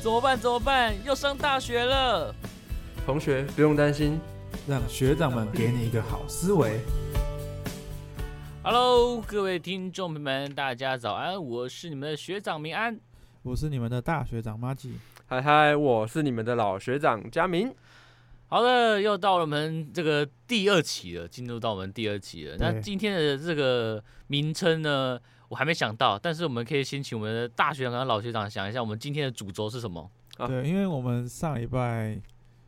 怎么办？怎么办？要上大学了！同学不用担心，让学长们给你一个好思维。 Hello，各位听众朋友们，大家早安，我是你们的学长明安。我是你们的大学长马吉，嗨嗨，我是你们的老学长佳明。好的，又到了我们这个第二期了，进入到我们第二期了。那对今天的这个名称呢，我还没想到，但是我们可以先请我们的大学长跟老学长想一下，我们今天的主轴是什么？啊对，因为我们上礼拜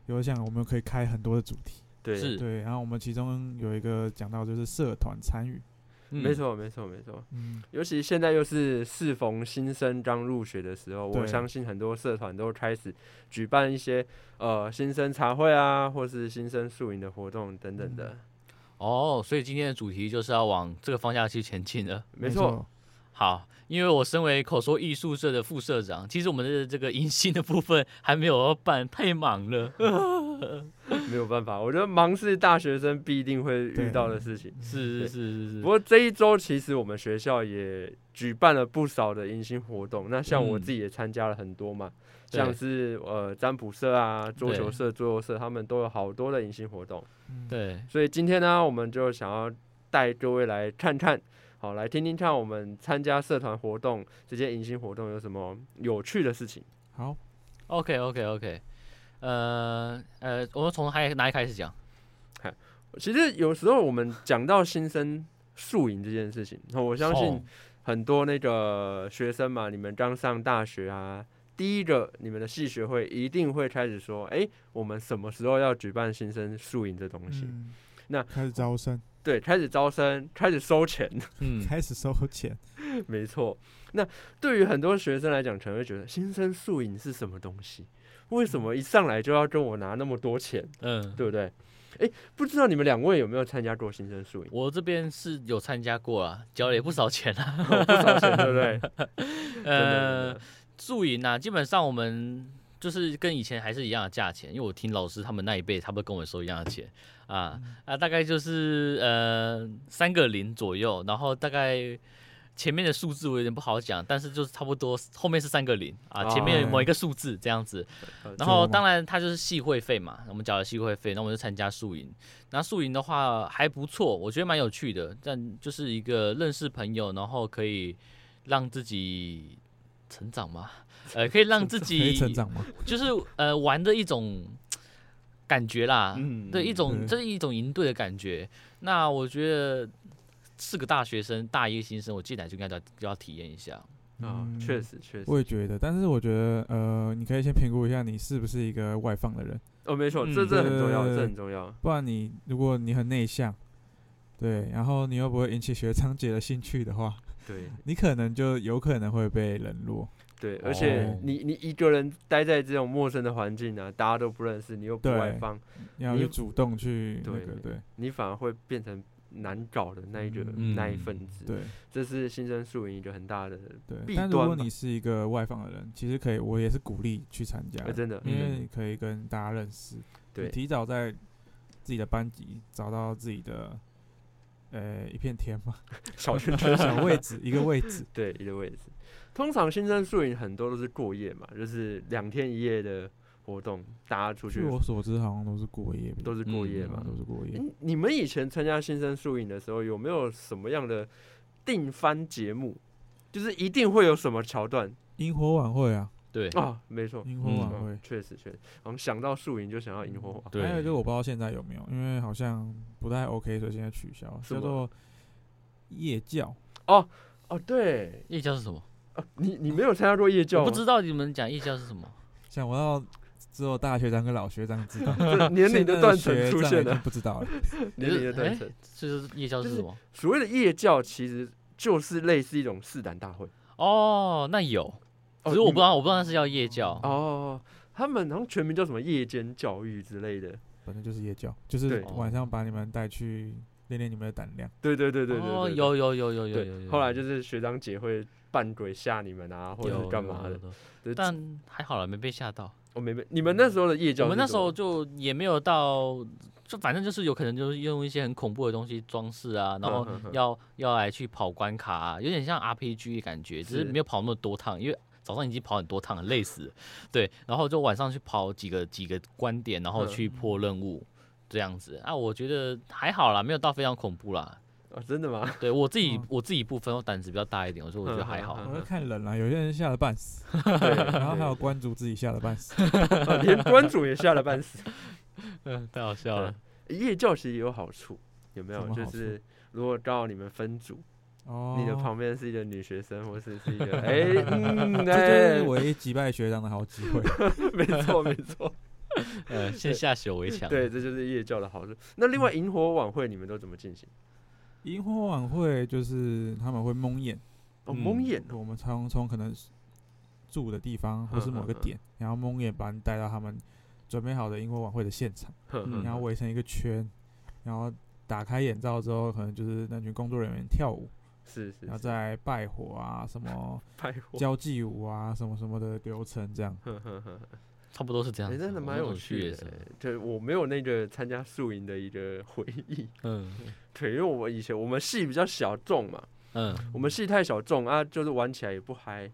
有讲，我们可以开很多的主题，对，是对，然后我们其中有一个讲到就是社团参与，嗯没，错没错没错。嗯，尤其现在又是适逢新生刚入学的时候，我对相信很多社团都开始举办一些呃新生茶会啊，或是新生宿营的活动等等的。哦，所以今天的主题就是要往这个方向去前进了。没错，，好，因为我身为口说艺术社的副社长，其实我们的这个迎新的部分还没有要办，太忙了。没有办法，我觉得忙是大学生必定会遇对到的事情。是是是是不是，过这一周其实我们学校也举办了不少的迎新活动，那像我嗯自己也参加了很多嘛，对像是呃占卜社啊、桌球对社、桌游社，他们都有好多的迎新活动。嗯，对，所以今天呢，我们就想要带各位来看看，好来听听看我们参加社团活动这些迎新活动有什么有趣的事情。好， OK OK OK，呃呃，我们从还哪里开始讲？其实有时候我们讲到新生宿营这件事情，我相信哦很多那个学生嘛，你们刚上大学啊。第一个，你们的系学会一定会开始说，哎、我们什么时候要举办新生宿营这东西？嗯，那开始招生，对，开始招生，开始收钱，嗯，开始收钱，没错。那对于很多学生来讲，可能会觉得新生宿营是什么东西？为什么一上来就要跟我拿那么多钱，嗯，对不对？哎，不知道你们两位有没有参加过新生宿营？我这边是有参加过啊，交了也不少钱 啊。哦不少钱，对不对？呃真的，宿营啊，基本上我们就是跟以前还是一样的价钱，因为我听老师他们那一辈差不多跟我收一样的钱啊啊，大概就是呃三个零左右，然后大概。前面的数字我有点不好讲，但是就是差不多，后面是三个零啊，哦前面某一个数字这样子。真的然这后样吗当然它就是系会费嘛，我们缴了系会费，那我们就参加宿营。那宿营的话还不错，我觉得蛮有趣的，但就是一个认识朋友，然后可以让自己成长嘛， 呃，可以让自 可以己成长吗？就是呃玩的一种感觉啦，嗯啊对，一种对这是一种营队的感觉。那我觉得是个大学生，大一新生，我进来就应该要就要体验一下。啊，嗯确实确实，我也觉得，但是我觉得，呃，你可以先评估一下你是不是一个外放的人，哦，没错，嗯这这很重要，对对对这很重要。不然你如果你很内向，对，然后你又不会引起学长姐的兴趣的话，对你可能就有可能会被冷落。对，而且哦你你一个人待在这种陌生的环境啊，大家都不认识，你又不对外放，要你去主动去那对个，对你反而会变成难搞的那一个嗯那一份子。对这是新生宿营一个很大的，弊对。但如端果吧你是一个外放的人，其实可以，我也是鼓励去参加哎，的，真 的，因为嗯你可以跟大家认识，你对，提早在自己的班级找到自己的呃一片天 嘛，小圈圈。小位 置一个位置，对，一个位置。通常新生宿营很多都是过夜嘛，就是两天一夜的活动，大家出去据我所知，好像都是过夜比较多，都是过夜嗯嘛。都是过夜。诶你们以前参加新生宿营的时候，有没有什么样的定番节目？就是一定会有什么桥段萤火晚会啊，对，啊？没错，萤火嗯晚嗯会，确实确实，好像想到宿营就想到萤火晚。对还有一个我不知道现在有没有，因为好像不太 OK，所以现在取消，什叫么做夜教。哦，对，夜教是什么？啊、你你没有参加过夜教我吗？不知道你们讲夜教是什么。想不到只有大学长跟老学长知道，这 年龄现的在的断层学出长现已经了，不知道了。年龄的断哎层。就是夜校是什么？所谓的夜教，其实就是类似一种试胆大会。哦，那有，哦只是我你不知道，我不知道那是叫夜教。哦，他们好像全名叫什么夜间教育之类的。反正就是夜教，就对是晚上把你们带去练练你们的胆量。对对对对对对哦，对有有有有有有对。有。后来就是学长姐会扮鬼吓你们啊，或者有是干嘛？有的有。有对但还好了，没被吓到。我没没，你们那时候的夜教我是什么，们那时候就也没有到，就反正就是有可能就是用一些很恐怖的东西装饰啊，然后嗯嗯嗯要要来去跑关卡啊，有点像 RPG 的感觉，只是是没有跑那么多趟，因为。早上已经跑很多趟了，累死了。对，然后就晚上去跑几个几个观点，然后嗯去破任务。这样子啊，我觉得还好啦，没有到非常恐怖啦。哦，真 的吗？对我自己，哦我自己部分我胆子比较大一点，我说我觉得还好。嗯嗯嗯嗯我是看人啦，啊有些人吓得半死，对 然后还有对关主自己吓得半死。对 连关主也吓了半死。嗯， 太好笑了。夜教其实也有好处，有没什有？么就好处是如果照你们分组，哦，你的旁边是一个女学生，或是是一 个哎，嗯，这就哎是，唯一击败学长的好机 会。没错没 错，呃，先下手为强。对，，这就是夜教的好处。那另嗯外萤火晚会你们都怎么进行？萤火晚会就是他们会蒙眼，哦，嗯蒙眼哦，我们从从可能住的地方或是某个点，然后蒙眼把你带到他们准备好的萤火晚会的现场，呵嗯然后呵围成一个圈，然后打开眼罩之后，可能就是那群工作人员跳舞，是是然后是，再拜火啊，什么拍火，交际舞啊，什么什么的流程这样。呵呵呵，差不多是这样哎，子。啊真的我蛮那有种去趣也的是欸。对，我没有那个参加宿营的一个回忆。嗯对，因为我以前我们系比较小众嘛，嗯， 我们系太小众啊，就是玩起来也不嗨，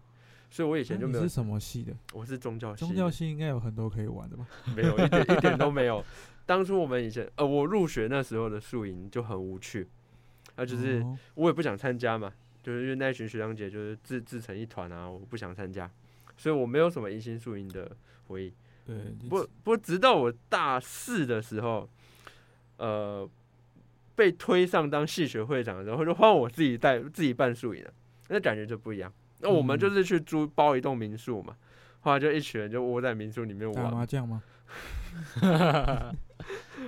所以我以前那就你没有是。什么系的？我是宗教系的，宗教系应该有很多可以玩的吧？没有一点一点都没 有。当初我们以前呃，我入学那时候的宿营就很无趣，啊， 就是哦我也不想参加嘛，就是因为那一群学长姐就是自自成一团啊，我不想参加，所以我没有什么迎新宿营的回忆。对，你不过不过直到我大四的时候，呃，被推上当系学会长，然后就换我自己带自己办宿营了，那感觉就不一样。那我们嗯就是去租包一栋民宿嘛，后来就一群人就窝在民宿里面打玩嘛麻，将吗？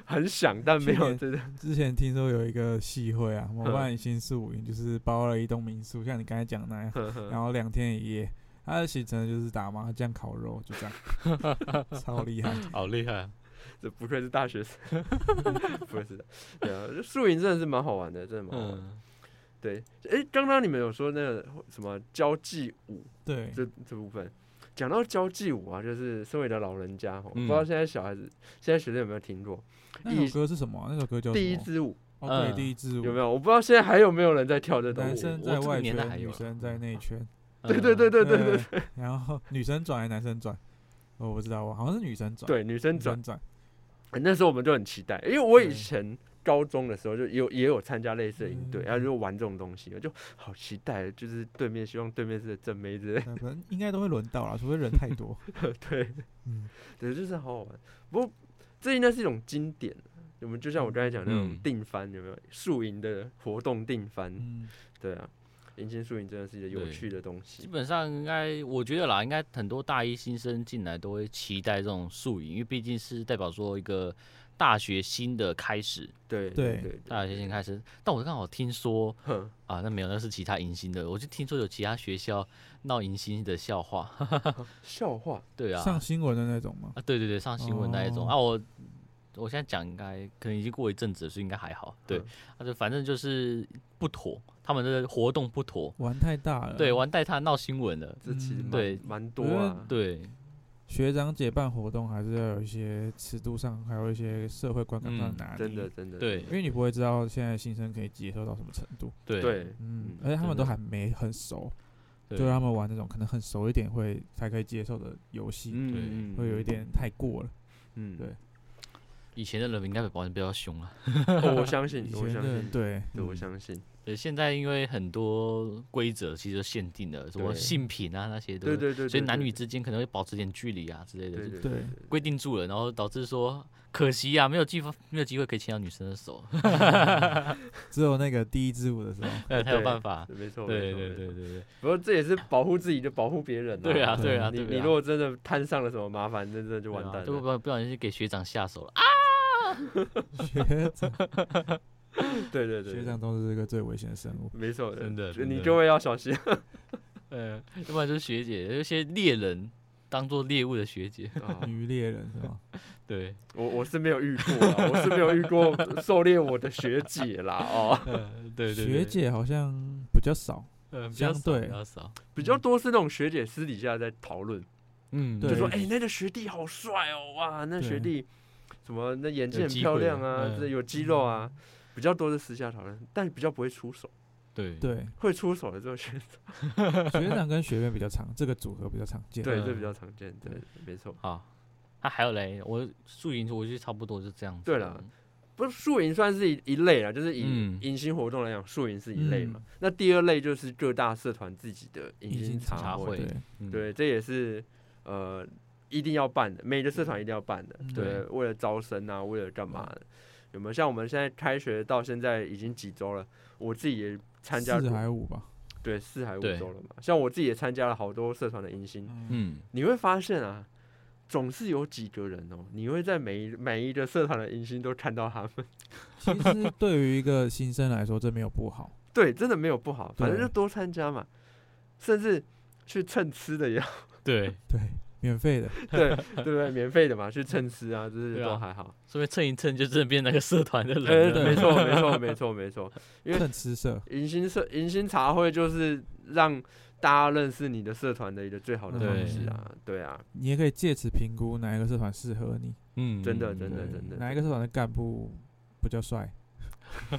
很想，但没去有年真的。之前听说有一个系会啊，某嗯办新宿营，就是包了一栋民宿，像你刚才讲的那样，呵呵然后两天一夜。他的行程就是打麻将、烤肉，就这样， 超厉害。好厉害啊。这不愧是大学生， 不是的，对啊，这宿营真的是蛮好玩的，真的蛮好玩的。嗯，对，哎，刚刚你们有说那个什么交际舞对，这这部分，讲到交际舞啊，就是身为的老人家哦，嗯不知道现在小孩子、现在学生有没有听过那一首歌是什么啊？那首歌叫什第一么？支舞？哦，对，嗯第一支舞有没。有？我不知道现在还有没有人在跳这种男舞。生我在这个外年代还圈，有女啊生在内 圈。对对对对对对对。然后女生转还是男生转？我不知道，我好像是女生转。， 对，女生女转、生转。嗯哎 那时候我们就很期待，因为我以对前高中的时候就有也有参加类似的营队，嗯然后就玩这种东西，我就好期待，就是对面希望对面是正妹之类的。 那可能应该都会轮到啦，除非人太 多。对，嗯，对，就是好好玩。不过这应该是一种经典，我们就像我刚才讲那种嗯定番，有没有宿营的活动定番？嗯，对啊，迎新宿营真的是一个有对趣的东基西。本上应该，我觉得啦，应该很多大一新生进来都会期待这种宿营，因为毕竟是代表说一个大学新的开始，对对对，大学新开始。但我刚好听说哼，啊，那没有，那是其他迎新的，我就听说有其他学校闹迎新的笑话。 笑话，对啊，上新闻的那种吗？啊，对对对，上新闻那一种、哦啊，我我现在讲应该可能已经过一阵子了，所以应该还好。对嗯，那、就反正就是不妥，他们的活动不妥，玩太大了。嗯对，玩带他闹新闻了，这其实嗯蛮对嗯蛮多啊。对，学长姐办活动还是要有一些尺度上，还有一些社会观感上嗯的拿捏。真的，真的，对因为你不会知道现在新生可以接受到什么程度。对对，嗯嗯，而且他们真都的还没很熟，对就他们玩那种可能很熟一点会才可以接受的游戏，对嗯，会有一，点太过了。嗯，对以前的人应该比保险比较凶啊，哦我相信以，我前相的信，对，对，我嗯相信，对，现在因为很多规则其实都限定了，什么对性品啊那些都，对对对，所以对男对女之间可能会保持点距离啊之类的，对就对对对，规定住了，然后导致说可惜啊，没有机会没有机会可以牵到女生的 手，只有那个第一支舞的时候，才有办法。对没错，没对错对没对错对对，不过这也是保护自己，就保护别人对啊对对啊，对你你啊如果真的摊上了什么麻烦，那真的就完蛋对啊就了。不不不小心给学长下手了啊！ 学长对对对，学长都是这个最危险的生物。没错真的就真你的就会要小心。嗯，要不然就是学姐，有一些猎人当做猎物的学姐，啊女猎人 是吗？对， 我我是没有遇过啦，我是没有遇 过狩猎我的学姐啦，哦，嗯，对对，学对，姐好像比较少，嗯，比较相少对比较少，比较多是那种学姐私底下在讨论，嗯，对就说对哎、那个学弟好帅哦，哇，那学对弟什么那眼睛有很机漂会亮啊啊，嗯这有肌肉啊，比较多是私下讨论，但比较不会出手。对对，会出手的这种选手，学长跟学员比较常，这个组合比较常见。对，嗯这比较常见，对，没错。好，那、还有嘞，我宿营我就差不多是这样子。对啦，不是宿营算是一一类啦，就是嗯以迎新活动来讲，宿营是一类嘛。那第二类就是各大社团自己的嗯迎迎新新茶茶会会，对，嗯，对，这也是呃一定要办的，每个社团一定要办的，嗯对对，为了招生啊，为了干嘛的？有没有像我们现在开学到现在已经几周了？我自己也参加四过，还五吧。对，四还五对周了嘛。像我自己也参加了好多社团的迎新，嗯，嗯，你会发现啊，总是有几个人哦，你会在每一每一个社团的迎新都看到他们。 其实对于一个新生来说，这没有不好。对，真的没有不好，反正对就多参加嘛，甚至去蹭吃的也好， 对，对，免费的，对对不对？免费的嘛，去蹭吃啊，就是对啊都还好。顺便蹭一蹭，就真的变那个社团的呃人了。没错，没错，没错，没错。因为蹭吃社。迎新社迎新茶会就是让大家认识你的社团的一个最好的方式嗯啊，对啊，你也可以借此评估哪一个社团适合你，嗯，真的真的对真的哪一个社团的干部比较帅，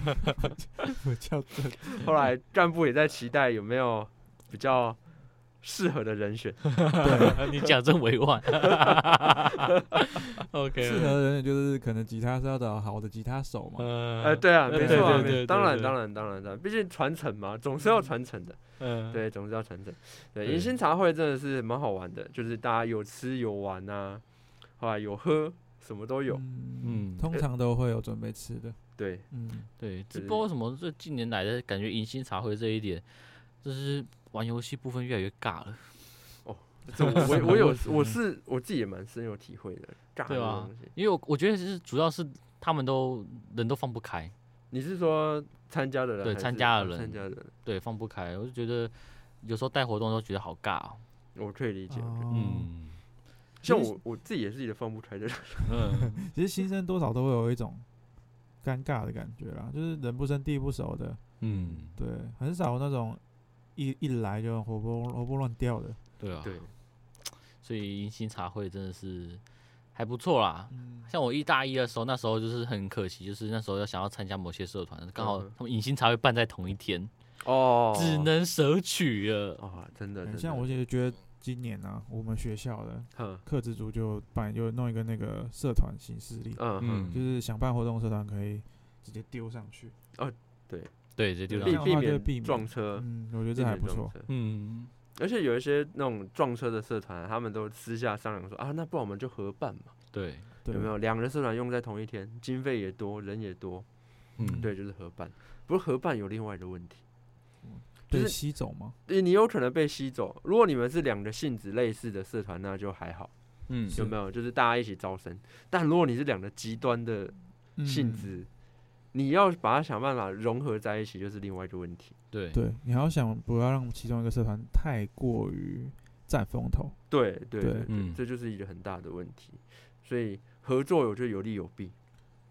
比较正，后来干部也在期待有没有比较适合的人选，的。 你讲真委婉。OK， 适合的人就是可能吉他是要找好的吉他手嘛，嗯呃，，对 啊，对没错啊，对对没对当然对当然当然当然，毕竟传承嘛，总是要传承的，嗯，对，总是要传承。对，对迎新茶会真的是蛮好玩的，就是大家有吃有玩啊，后来有喝，什么都有，嗯，嗯，通常都会有准备吃的，对，嗯，对，这不对知道为什么这近年来的感觉迎新茶会这一点，就是玩游戏部分越来越尬了。这我我 我有什么我意思是我自己也蛮深有体会的，尬对这啊种东西。因为我我觉得是主要是他们都人都放不开，你是说参加的人对还是？参加的哦人参加的人，对，放不开。我就觉得有时候带活动都觉得好尬、哦。我可以理解。我可以哦嗯像其实我我自己也是一个放不开的人，嗯，其实新生多少都会有一种尴尬的感觉啦，就是人不生地不熟的， 嗯，对，很少有那种一一来就活蹦活蹦乱跳的，对啊，对，所以迎新茶会真的是还不错啦。嗯，像我一大一的时候，那时候就是很可惜，就是那时候要想要参加某些社团，刚好嗯哼他们迎新茶会办在同一天，哦，只能舍取了。哦，真的，哎真的像我，就觉得今年啊，我们学校的哼课职组就办又弄一个那个社团形式力，嗯嗯，就是想办活动社团可以直接丢上去，对，啊这就这让避样的避话就避免免撞车，嗯，我觉得避这还免不撞错，车。嗯，而且有一些那种撞车的社团，他们都私下商量说啊，那不然我们就合办嘛，对，对，有没有？两个社团用在同一天，经费也多，人也多，嗯，对，就是合办。不是合办有另外的问题，被就是吸走吗？你你有可能被吸走。如果你们是两个性质类似的社团，那就还好。嗯，有没有？就是大家一起招生。但如果你是两个极端的性嗯质，你要把它想办法融合在一起，就是另外一个问题。对，对你还要想不要让其中一个社团太过于占风头。对对对对，嗯这就是一个很大的问题。所以合作有就有利有弊，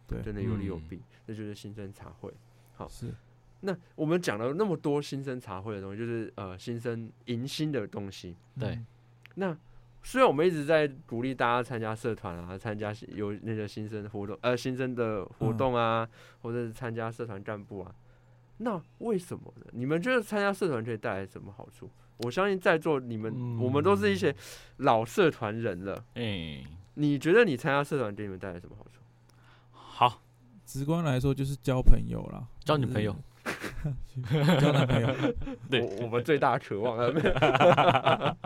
对真的哦有利有嗯弊，这就是新生茶会。好是，那我们讲了那么多新生茶会的东西，就是呃新生迎新的东西。对嗯那虽然我们一直在鼓励大家参加社团啊，参加新有那个新生活动，呃，新生的活嗯动啊，或者是参加社团干部啊，那为什么呢？你们觉得参加社团可以带来什么好处？我相信在座你们，我们都是一些老社团人了。哎，你觉得你参加社团给你们带来什么好处？好，直观来说就是交朋友啦，交女就朋友是， 交男朋友， 对我我们最大的渴望啊，没有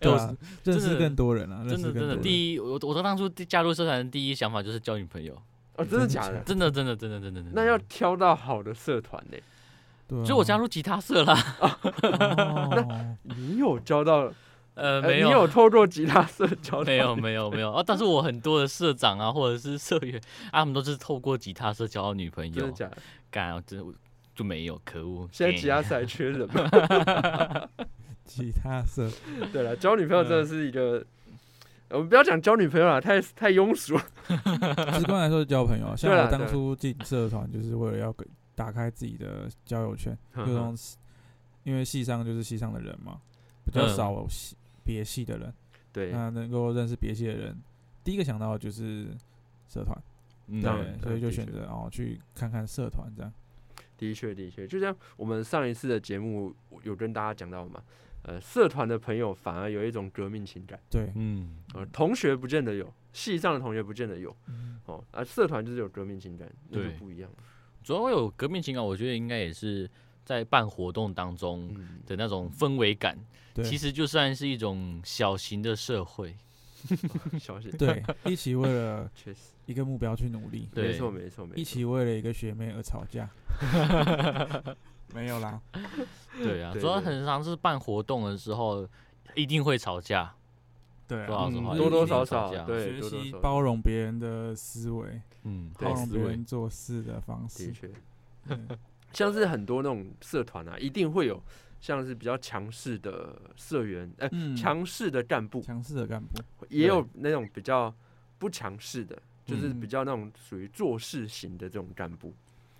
对我啊，认识的更多人啊，认真识的更真多的，人。第一，我我当初加入社团的第一想法就是交女朋友，哦，真的假的？真的真的真的真的，真的那要挑到好的社团呢、对啊，嗯所以我加入吉他社啦，哦，你有交到？ 呃，呃没你有。有透过吉他社 交到？没有没有没有啊！但是我很多的社长啊，或者是社员 啊，他们都是透过吉他社交到女朋真的友。假的？干，我真的我就没有，可恶！现在哎吉他社还缺人吗？ 其他社，对了，交女朋友嗯真的是一个，呃我们不要讲交女朋友了，太太庸俗。 直观来说就交朋友啊。像对我啦当对初进社团就是为了要给打开自己的交友圈， 就从啊因为系上就是系上的人嘛，比较嗯少有系别系的人，对，那能够认识别系的人，第一个想到的就是社团。嗯当对然，所的以就确选择哦去看看社团这样。的确，的确，就像我们上一次的节目有跟大家讲到嘛，呃，社团的朋友反而有一种革命情感，对，嗯，呃，同学不见得有，系上的同学不见得有，嗯哦，而、社团就是有革命情感，那就对不一样了。主要会有革命情感，我觉得应该也是在办活动当中嗯，的那种氛围感，对，其实就算是一种小型的社 会，小心，对，一起为了确实，一个目标去努力，对没错，没错，没一错。起为了一个学妹而吵 架，没有啦，对啊，对主要对很常是办活动的时候一定会吵架，对多少啊，时候嗯还是多一多定少吵少架对，多学多习少少，包容别人的思维，嗯，对包容思别维人做事的方式的，确，嗯 像是很多那种社团啊，一定会有像是比较强势的社员，哎、嗯强势的干部，强势的干部，也有那种比较不强势的，就是嗯比较那种属于做事型的这种干部。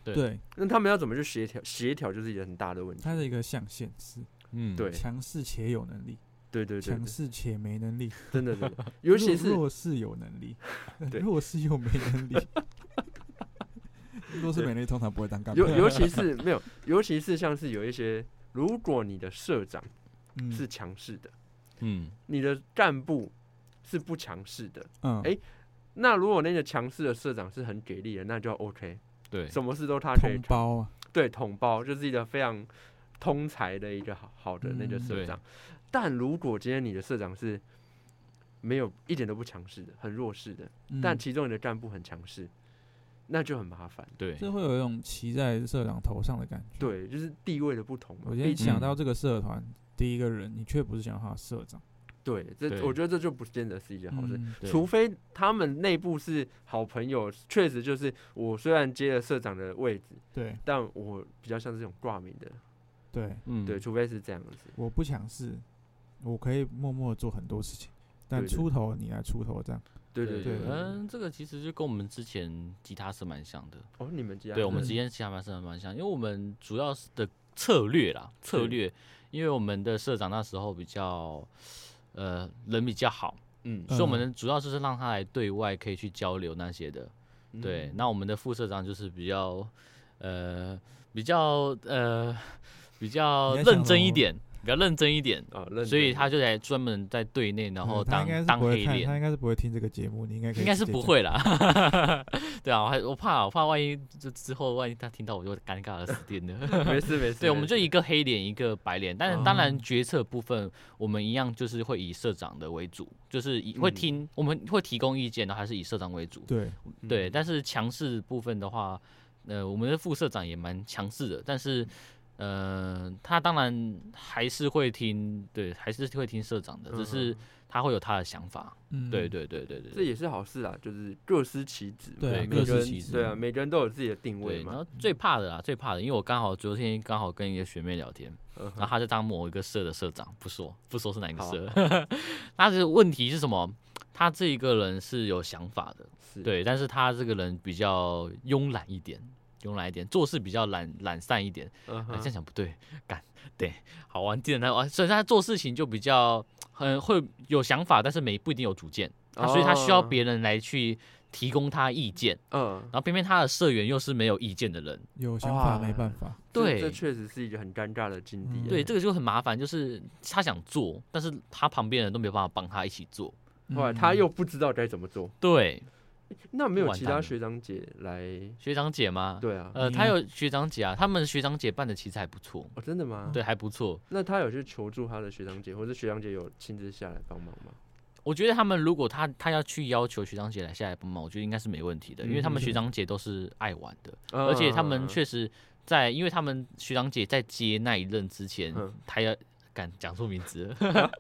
对对，那他们要怎么去协调？协调就是一个很大的问题。他的一个象限是嗯，对强势且有能力，对对对，强对势且没能力，真的真的， 尤其弱是，弱势有能力 对弱势又没能 力，弱势没能力通常不会当干部尤，尤其是没有，尤其是像是有一些，如果你的社长嗯是强势的，嗯，你的干部是不强势的，嗯哎那如果那个强势的社长是很给力的，那就 OK，对，什么事都他可以同胞啊，对，统包就是一个非常通才的一个好好的那个嗯社对长。但如果今天你的社长是没有一点都不强势的，很弱势的，嗯但其中你的干部很强势，那就很麻烦。对，就会有一种骑在社长头上的感觉。，对，嗯就是地位的不同嘛。我今毕天竟想到这个社团第一个人，你却不是想要他的社长，对，这对我觉得这就不见得是一件好事。嗯对除非他们内部是好朋友，确实就是我虽然接了社长的位置，对但我比较像这种挂名的，对，嗯对，除非是这样子，我不强势，我可以默默地做很多事情，但对对出头你来出头，这样对对对对。对嗯，这个其实就跟我们之前吉他是蛮像的，哦，你们这样，对，我们嗯之间其他蛮是蛮像，因为我们主要是的策略啦，策是略，因为我们的社长那时候比较，呃，人比较好，嗯，所以我嗯们主要就是让他来对外可以去交流那些的。嗯嗯对，那我们的副社长就是比较，呃，比较呃，比较你在认想哦真一我点，比较认真一点，啊，认所以真他就来专门在队内，然后嗯他当应该是当不黑会看，他脸。应该是不会听这个节目，你应该可以应该是直接不讲，会啦， 对啊，我还我怕我怕万一就之后万一他听到我就尴尬的死定了。 没事没事。对，我们就没事一个黑脸一个白脸，但是当然哦决策部分我们一样就是会以社长的为主，就是以会嗯听、我们会提供意见，然后还是以社长为主。对，对，嗯但是强势部分的话，呃，我们的副社长也蛮强势的，但是呃，他当然还是会听，对，还是会听社长的，只是嗯他会有他的想法。嗯，对对对对对这对。也是好事啊，就是各司其职嘛，对啊每各司个人其职对啊，每个人都有自己的定位对，然嘛。后最怕的啦，最怕的，因为我刚好昨天刚好跟一个学妹聊天，嗯然后哼他就当某一个社的社长，不说 不说是哪一个好社。 他的问题是什么？他这一个人是有想法的，是，对，但是他这个人比较慵懒一点，慵懒一点，做事比较懒懒散一点。嗯啊，哼这样讲不对， 干对，好玩点他啊，所以他做事情就比较很会有想法，但是没不一定有主见，他所以他需要哦别人来去提供他意见，嗯然，后偏偏他的社员又是没有意见的人，有想法哇没办法，这对这确实是一个很尴尬的境地啊。嗯对，这个就很麻烦，就是他想做，但是他旁边人都没有办法帮他一起做。后来嗯他又不知道该怎么做，对，那没有完其蛋他了学长姐来，学长姐吗？对啊，呃，嗯他有学长姐啊，他们学长姐办的其实还不错，哦，真的吗？，对，还不错。那他有去求助他的学长姐，或者学长姐有亲自下来帮忙吗？我觉得他们如果他他要去要求学长姐来下来帮忙，我觉得应该是没问题的，因为他们嗯学长姐都是爱玩的，而且他啊们确实在，因为他们学长姐在接那一任之前嗯，他要敢讲出名字 了，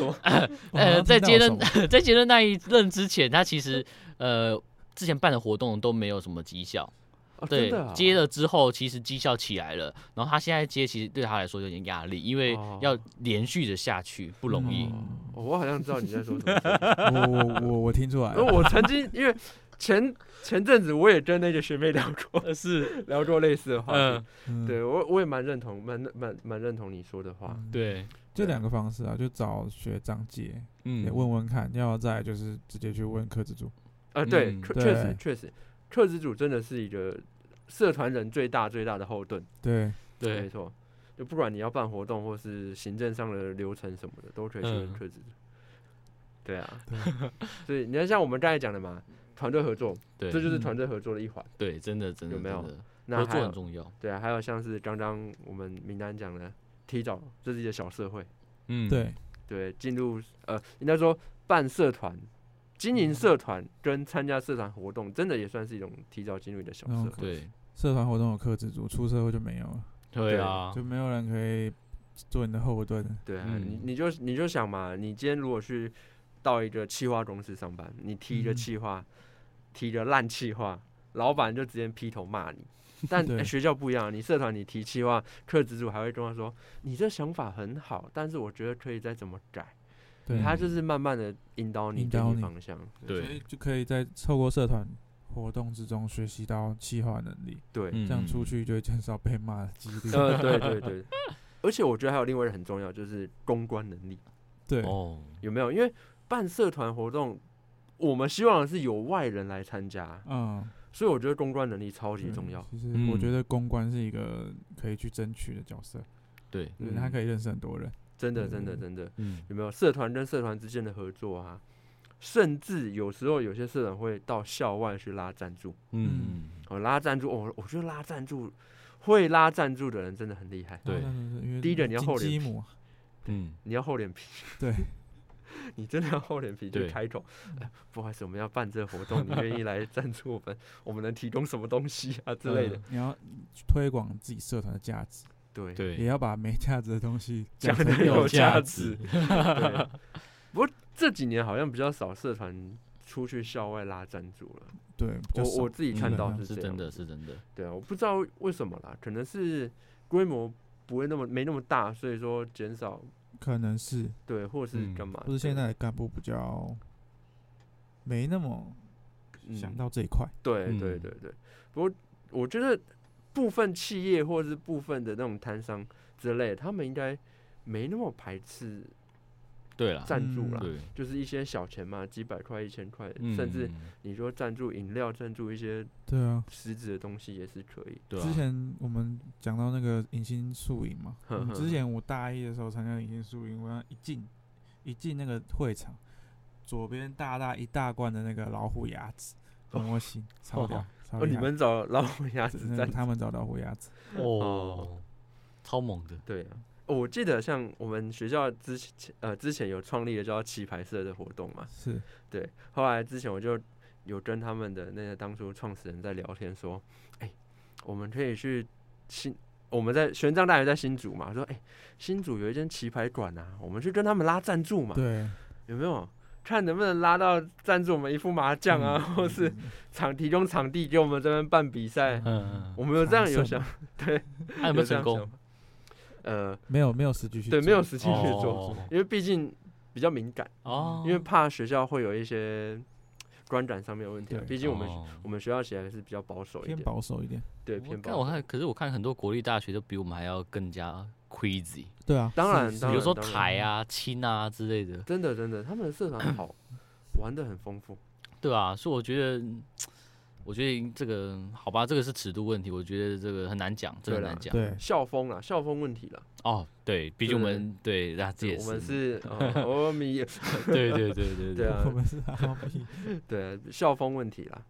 我好像 呃，在听到接什任么在接任那一任之前，他其实呃之前办的活动都没有什么绩效，哦真对的啊，接了之后其实绩效起来了，然后他现在接其实对他来说有点压力，因为哦要连续的下去不容易，嗯哦我好像知道你在说什么。 我我我我听出来而哦了，我曾经因为前前阵子我也跟那个学妹聊过，呃是，聊过类似的话嗯题，，对我我也蛮认同，蛮蛮蛮认同你说的话。嗯，对，就两个方式啊，就找学长姐也嗯，问问看，要再来就是直接去问科制组，啊，对，嗯确确实对确实，克制组真的是一个社团人最大最大的后盾。对，没对，错。就不管你要办活动或是行政上的流程什么的，都可以去问嗯特质。对啊，所以你看，像我们刚才讲的嘛，团队合作，对，这就是嗯团队合作的一环。对，真的，真的，有没有真的那合还作有很重要。对啊，还有像是刚刚我们明丹讲的，提早这是一个小社会，嗯，对，对，进入呃，应该说办社团、经营嗯社团跟参加社团活动，真的也算是一种提早进入的小那社种会。对，社团活动有克制住，出社会就没有了，对啊，就没有人可以做你的后盾了。对啊，嗯你你就你就想嘛，你今天如果去到一个企划公司上班，你提一个嗯企划，提一个烂企划，老板就直接劈头骂 你。但、对欸学校不一样，你社团你提企划，课职主还会跟他说，你这想法很好，但是我觉得可以再怎么改。对，他就是慢慢的引导你，引给导你你方向。对所以就可以在透过社团活动之中学习到企划能力，对，嗯这样出去就会减少被骂的几率。呃，对对对。而且我觉得还有另外一个很重要，就是公关能力对，哦，有没有？因为办社团活动，我们希望是有外人来参加，嗯，所以我觉得公关能力超级对重要。其实我嗯觉得公关是一个可以去争取的角色，对，对，他可以以认识很多人。真的对真的对真的嗯，有没有社团跟社团之间的合作啊？甚至有时候有些社团会到校外去拉赞助，嗯，哦，拉赞助，哦，我觉得拉赞助会拉赞助的人真的很厉害，对然后那啊就是因为第一个你要金厚脸鸡皮母，啊嗯，你要厚脸皮， 对，你真的要厚脸皮去对开口，哎不好意思，我们要办这个活动，你愿意来赞助我们？我们能提供什么东西啊之类的？嗯你要推广自己社团的价值，对，也对，要把没价值的东西 讲成得有价价 值。对不过这几年好像比较少社团出去校外拉赞助了，对，比较我少嗯我自己基看本到上是是这样真的，是真的，对啊，我不知道为什么啦，可能是规模不会那么没那么大，所以说减少可能是，对，或是嗯干嘛的？或是现在的干部比较没那么嗯想到这一块。对对嗯对对，不过我觉得部分企业或是部分的那种摊商之类的，他们应该没那么排斥对啦，赞助啦，嗯啊对，就是一些小钱嘛，几百块、一千块，甚嗯至嗯你说赞助饮料、赞助一些对啊，实质的东西也是可以。对啊之前我们讲到那个迎新宿营嘛， 呵呵之前我大一的时候参加迎新宿营，我要一进一进那个会场，左边大大一大罐的那个老虎牙子哦模型，超屌，超哦，厉你害们找老虎牙对子嗯那个 赞助，他们找老虎牙子，哦，超猛的，对啊。哦我记得像我们学校之前呃之前有创立的叫棋牌社的活动嘛，是对，后来之前我就有跟他们的那个当初创始人在聊天，说，哎、我们可以去新，我们在玄奘大学在新竹嘛，说，哎、新竹有一间棋牌馆啊，我们去跟他们拉赞助嘛，对，有没有？看能不能拉到赞助我们一副麻将啊， 嗯或是嗯场提供场地给我们这边办比赛。嗯，我们有这样常有胜想，他有没有这成样功想？法？呃，没有没有实际去对，做没有实际去做，哦因为毕竟比较敏感，哦，因为怕学校会有一些观感上面的问题啊。对毕竟我们哦我们学校其实还是比较保守一偏点，保守一点，对我偏看保我守。看，可是我看很多国立大学都比我们还要更加 crazy，对啊，当是然是当比如然说台啊、亲啊之类的，真的真的，他们的社 团好，玩的很丰富。对啊，所以我觉得，我觉得这个好吧，这个是尺度问题，我觉得这个很难讲，真的 很对啦难讲。对校风啦，校风问题啦，哦，对，毕竟我们对，那这也对我们是，是 呃我们也对对对对对啊我们是 R B，对啊校风问题啦，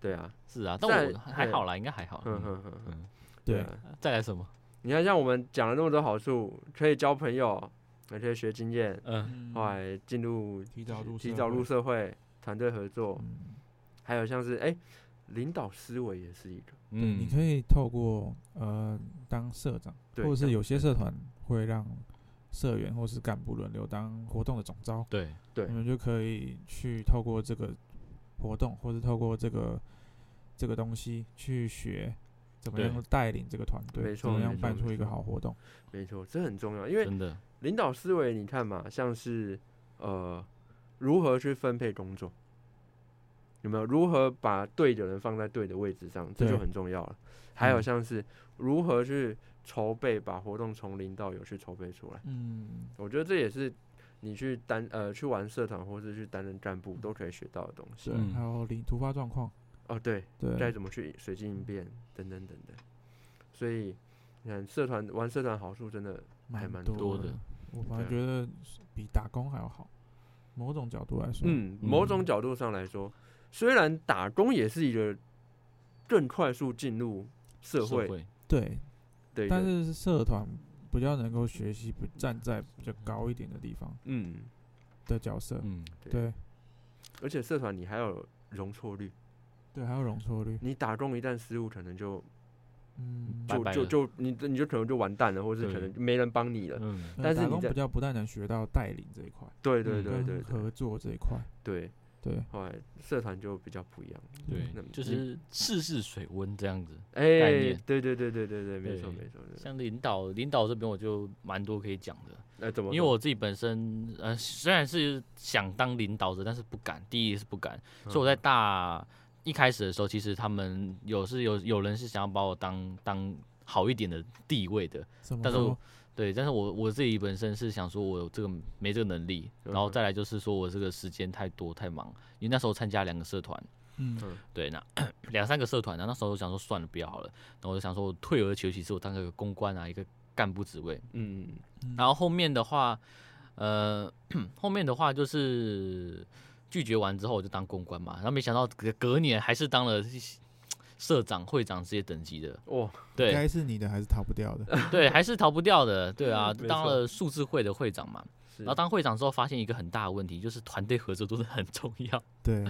对啊，是啊，但在我还好啦，应该还好。嗯嗯哼哼，嗯，对对啊，再来什么？你看像我们讲了那么多好处，可以交朋友，还可以学经验，嗯，后来进入提早入提社早入会社会，团队合作，嗯还有像是哎领导思维也是一个，对，你嗯，可以透过呃当社长，对或者当是有些社团会让社员或是干部轮流当活动的总招，对，对你们就可以去透过这个活动，或是透过这个这个东西去学怎么对样带领这个团没队，怎错么没样错办没出一个错好活动。没错，这很重要，因为真的，领导思维，你看嘛，像是呃，如何去分配工作，有没有？如何把对的人放在对的位置上，这就对很重要了。还有嗯像是如何去筹备，把活动从零到有去筹备出来，嗯，我觉得这也是你去担呃去玩社团或是去担任干部都可以学到的东西。对，嗯还有领突发状况，哦，对，该对，怎么去随机应变等等等等。所以你看，社团玩社团好处真的，还蛮多多的。我反对而啊觉得比打工还要好，某种角度来说，嗯，某种嗯角度上来说，虽然打工也是一个更快速进入社会对。的一但个是社团比较能够学习，不站在比较高一点的地方嗯，的角色，嗯，对对而且社团你还有容错率，对，还有容错率，你打工一旦失误，可能就嗯，拜就拜就了就你你就可能就完蛋了，或是对可能没人帮你了。嗯，呃但是打你工在比较不太能学到带领这一块，对对嗯对对跟合对作这一块，对，对，后来社团就比较不一样。对那，就你是试试水温这样子。哎、念对对对对对对，没错对没错。对像领导领导这边我就蛮多可以讲的，那、哎怎么说？因为我自己本身呃虽然是想当领导者，但是不敢，第一是不敢，所以嗯我在大一开始的时候，其实他们有是有有人是想要把我当当好一点的地位的，怎么但是我说？对，但是我我自己本身是想说，我有这个没这个能力，然后嗯再来就是说我这个时间太多太忙，因为那时候参加两个社团，嗯，对，那 两三个社团，然后啊那时候我想说算了，不要好了，然后我就想说我退而求其次，我当个公关啊，一个干部职位。嗯，嗯然后后面的话，呃， 后面的话就是拒绝完之后我就当公关嘛，然后没想到隔隔年还是当了社长、会长这些等级的，哇，对，该是你的还是逃不 掉的，对，还是逃不掉的，对啊，没当错了数字会的会长嘛，是然后当会长之后发现一个很大的问题，就是团队合作都是很重要，对，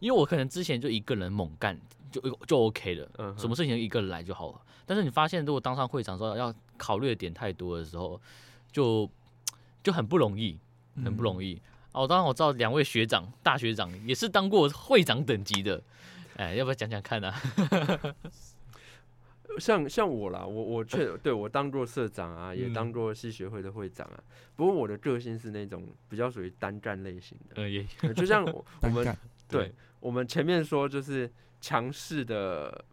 因为我可能之前就一个人猛干就就 OK 了，嗯哼什么事情一个人来就好了，但是你发现如果当上会长之后要考虑的点太多的时候，就就很不容易，嗯很不容易。哦，当然我知道两位学长，大学长也是当过会长等级的， 哎，要不要讲讲看啊？像像我啦，我我确对我当过社长啊，也嗯当过系学会的会长啊。不过我的个性是那种比较属于单干类型的，呃，也呃就像我我单们干，对我们前面说就是强势的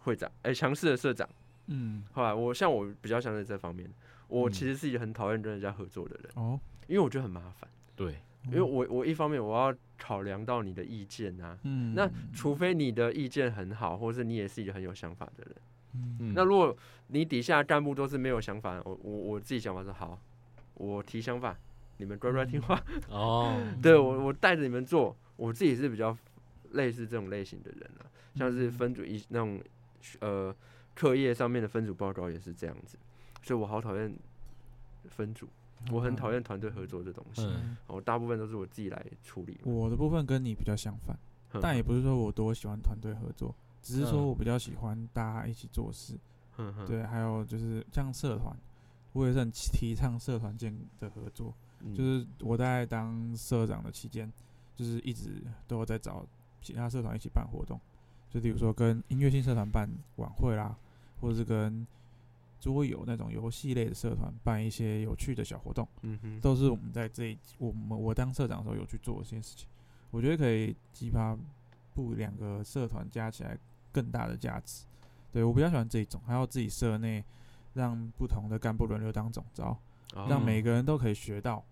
会长，哎、强势的社长。嗯，后来我像我比较像是这方面，我嗯其实是一个很讨厌跟人家合作的人，哦，因为我觉得很麻烦。对，因为我我一方面我要考量到你的意见啊，嗯，那除非你的意见很好，或是你也是一个很有想法的人。嗯嗯那如果你底下干部都是没有想法，我我我自己想法说好，我提想法，你们乖乖听话，嗯哦， 对我我带着你们做，我自己是比较类似这种类型的人啊，嗯像是分组一那种呃课业上面的分组报告也是这样子，所以我好讨厌分组，我很讨厌团队合作这东西，嗯我大部分都是我自己来处理。我的部分跟你比较相反，哼但也不是说我多喜欢团队合作，只是说嗯我比较喜欢大家一起做事。哼哼对，还有就是像社团，我也是很提倡社团间的合作。嗯就是我在当社长的期间，就是一直都有在找其他社团一起办活动，就比如说跟音乐性社团办晚会啦，或者是跟桌游那种游戏类的社团办一些有趣的小活动。嗯哼都是我们在这一我们我当社长的时候有去做的一些事情，我觉得可以激发部两个社团加起来更大的价值。对我比较喜欢这一种，还有自己社内让不同的干部轮流当总招，哦让每个人都可以学到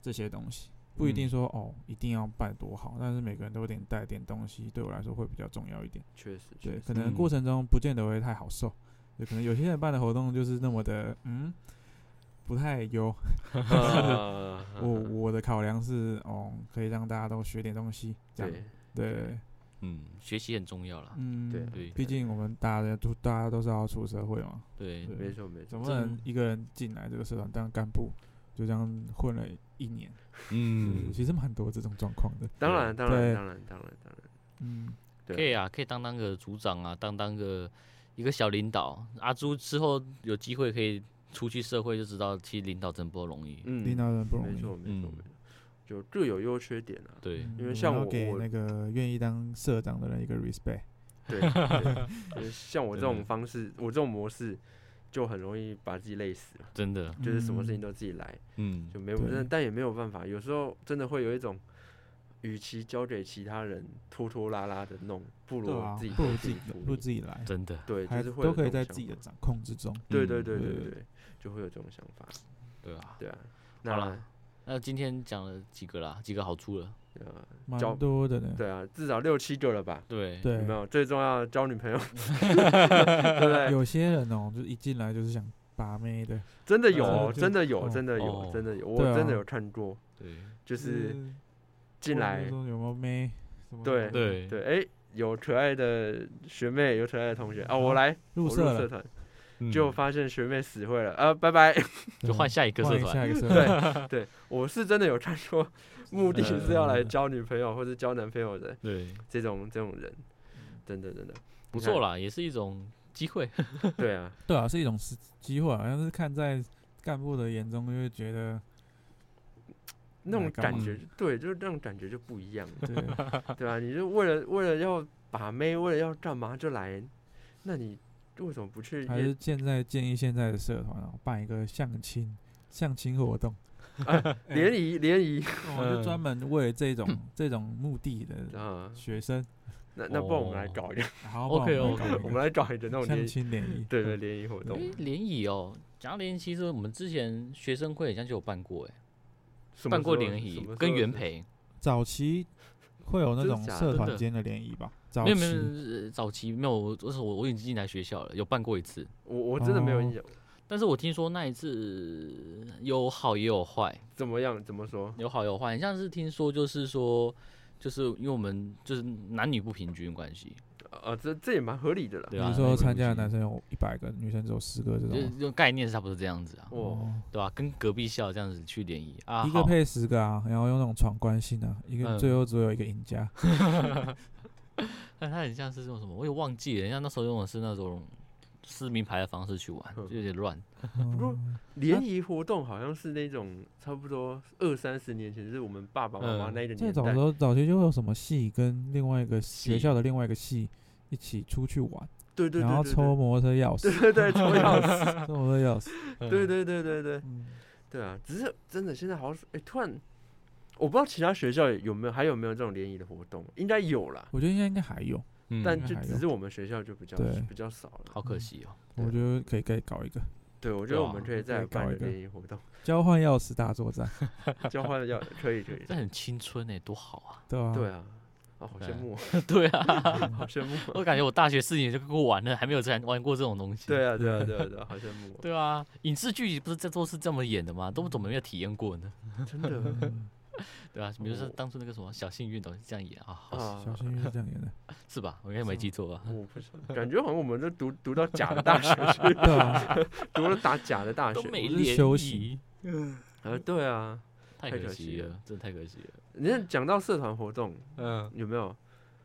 这些东西，不一定嗯说哦一定要办多好，但是每个人都有点带点东西，对我来说会比较重要一点。确实确对，实可能过程中不见得会太好受，就可能有些人办的活动就是那么的嗯不太优。啊我我的考量是，哦，可以让大家都学点东西，这样对对， 嗯，学习很重要啦，嗯，对啊对毕竟我们大家都大家都是要出社会嘛，对，对没错没错总不真能一个人进来这个社团当干部，就这样混了一年，嗯，其实蛮多这种状况的，当然当然对当然当然当然嗯，可以对啊，可以当当个组长啊，当当个一个小领导。阿朱之后有机会可以出去社会，就知道其实领导真不容易。嗯领导人不容没易，错，没错，嗯没错，就各有优缺点啊。对，嗯因为们像要我给我那个愿意当社长的人一个 respect，对，对 就是像我这真的种方式，我这种模式，就很容易把自己累死了，真的，就是什么事情嗯都自己来，嗯，就没有，对但但也没有办法，有时候真的会有一种，与其交给其他人拖拖拉拉的弄，不如对啊，自己不如做自己处的，不如理自己来，真的，对，还就是会有都可以这种在想自己的法掌控之中，对嗯对对对对对，就会有这种想法，对啊，对啊。好那啦那今天讲了几个啦？几个好处了？呃，蛮交多的呢。对啊，至少六七个了吧？对，有对，没有？最重要的交女朋友，对不对？有些人哦，就是一进来就是想把妹的，真的有呃哦，真真的的就有，真的哦有，真的有，我对啊真的有看过，对就是嗯进问来，说有没有妹，什么对对对，哎，有可爱的学妹，有可爱的同学啊，好我来，入我社了社，团，就嗯嗯发现学妹死会了，啊，拜 拜。对就换下一个社换团，下一个社团，对对，我是真的有看 过，目的是要嗯来交女朋友或者交男朋友的对，这种这种人，嗯真的真的不错了。啦，也是一种机会。对啊，对啊，是一种时机会啊，好像是看在干部的眼中，就会觉得那种来干感嘛觉，对，就是那种感觉就不一样了，对，对啊，你就为了为了要把妹，为了要干嘛就来，那你为什么不去 还也是现在建议现在的社团啊，办一个相亲相亲活动，哎联谊联谊 我哦们就专门为这种 这种目的的啊？学生，那那不然我们来哦搞 一个，然后帮 OK，我们 OK，搞一我个们来搞一个那种联相谊，亲嗯联谊，对对，联谊活动诶，联谊哦，讲到联谊，其实我们之前学生会好像就有办过，哎，什么办过时候联什谊么时跟候元是培，早期会有那真种假社真团的间的联谊吧？早没期有没有，呃早期没有，我我我我已经进来学校了，有办过一次，我我真的没有印哦象，但是我听说那一次有好也有坏，怎么样？怎么说？有好有坏，很像是听说就是说。就是因为我们就是男女不平均关系，啊，这这也蛮合理的啦。对比啊，如男说女不参平加的均男生有一百个，女生只有十个这就是种吗。就概念差不多这样子啊，哦，对吧、跟隔壁校这样子去联谊啊，一个好配十个啊，然后用那种闯关性啊，一个嗯最后只有一个赢 家。 但它很像是这种什么，我也忘记了，人家那时候用的是那种撕名牌的方式去玩，嗯就有点乱。嗯过联谊活动好像是那种差不多二三十年前，就是我们爸爸妈妈嗯那个最年早代的时。候，早期就会有什么系跟另外一个学系校的另外一个系一起出去玩，对对然后对对抽对，摩托车钥匙，对对对，抽 钥匙， 抽摩托车钥匙。对对对对对嗯，对啊！只是真的现在好像是，哎，突然我不知道其他学校有没有，还有没有这种联谊的活动，应该有啦，我觉得应该应该还有，嗯但应该就还只有是我们学校就比较对比较少了。 好可惜哦。嗯我觉得可以可以搞一个对，我觉得对我们啊可以再可以搞办一个联谊活动，交换钥匙大作战，交换要可以可以 啊这。很青春哎、多好啊！ 对啊，对啊，啊，好羡对慕 哦，对啊，好羡慕哦。我感觉我大学四年就过完了，还没有玩玩过这种东西。对啊，对啊，对啊，对啊，好羡慕哦。对啊，影视剧不是这都是这么演的吗？都怎么没有体验过呢？真 的嗯对啊，比如说我当初那个什么小幸运都是这样演啊，好哦啊，嗯小幸运是这样演 的，是吧？我应该没是吗记错吧？我不 知道，感觉好像我们都读读到假的大学去， 对啊，读了打假的大都学。没我是联休谊息，啊，对啊，太太可可惜惜了了，真的太可惜了。你看讲到社团活动，嗯，有没有？